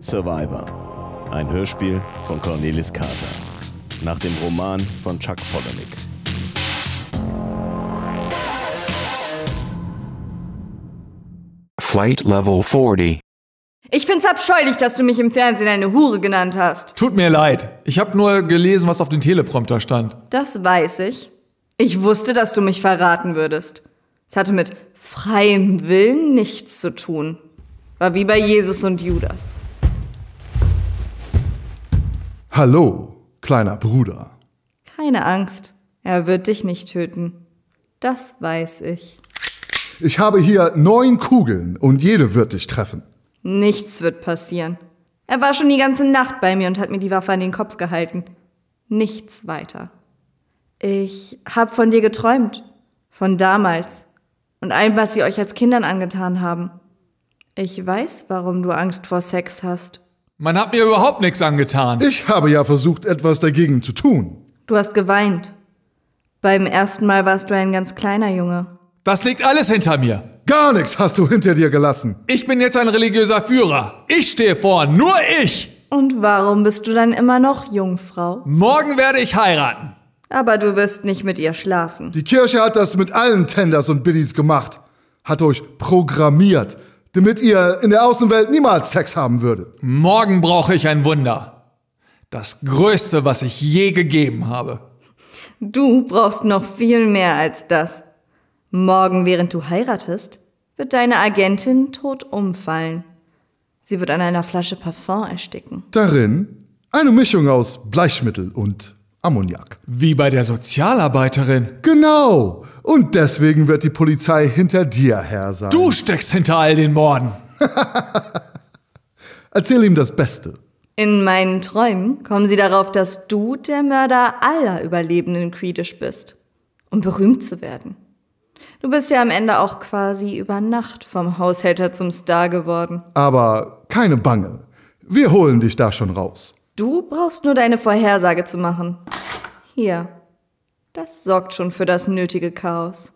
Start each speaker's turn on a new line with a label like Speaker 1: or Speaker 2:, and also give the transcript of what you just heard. Speaker 1: Survivor. Ein Hörspiel von Cornelis Carter. Nach dem Roman von Chuck Polonik.
Speaker 2: Flight Level 40.
Speaker 3: Ich find's abscheulich, dass du mich im Fernsehen eine Hure genannt hast.
Speaker 4: Tut mir leid. Ich habe nur gelesen, was auf dem Teleprompter stand.
Speaker 3: Das weiß ich. Ich wusste, dass du mich verraten würdest. Es hatte mit freiem Willen nichts zu tun. War wie bei Jesus und Judas.
Speaker 5: Hallo, kleiner Bruder.
Speaker 3: Keine Angst, er wird dich nicht töten. Das weiß ich.
Speaker 5: Ich habe hier neun Kugeln und jede wird dich treffen.
Speaker 3: Nichts wird passieren. Er war schon die ganze Nacht bei mir und hat mir die Waffe an den Kopf gehalten. Nichts weiter. Ich hab von dir geträumt. Von damals. Und allem, was sie euch als Kindern angetan haben. Ich weiß, warum du Angst vor Sex hast.
Speaker 4: Man hat mir überhaupt nichts angetan.
Speaker 5: Ich habe ja versucht, etwas dagegen zu tun.
Speaker 3: Du hast geweint. Beim ersten Mal warst du ein ganz kleiner Junge.
Speaker 4: Das liegt alles hinter mir.
Speaker 5: Gar nichts hast du hinter dir gelassen.
Speaker 4: Ich bin jetzt ein religiöser Führer. Ich stehe vorn, nur ich.
Speaker 3: Und warum bist du dann immer noch Jungfrau?
Speaker 4: Morgen werde ich heiraten.
Speaker 3: Aber du wirst nicht mit ihr schlafen.
Speaker 5: Die Kirche hat das mit allen Tenders und Biddies gemacht. Hat euch programmiert, damit ihr in der Außenwelt niemals Sex haben würdet.
Speaker 4: Morgen brauche ich ein Wunder. Das Größte, was ich je gegeben habe.
Speaker 3: Du brauchst noch viel mehr als das. Morgen, während du heiratest, wird deine Agentin tot umfallen. Sie wird an einer Flasche Parfum ersticken.
Speaker 5: Darin eine Mischung aus Bleichmittel und Ammoniak.
Speaker 4: Wie bei der Sozialarbeiterin.
Speaker 5: Genau. Und deswegen wird die Polizei hinter dir her sein.
Speaker 4: Du steckst hinter all den Morden.
Speaker 5: Erzähl ihm das Beste.
Speaker 3: In meinen Träumen kommen sie darauf, dass du der Mörder aller Überlebenden Creedish bist, um berühmt zu werden. Du bist ja am Ende auch quasi über Nacht vom Haushälter zum Star geworden.
Speaker 5: Aber keine Bange. Wir holen dich da schon raus.
Speaker 3: Du brauchst nur deine Vorhersage zu machen. Hier. Das sorgt schon für das nötige Chaos.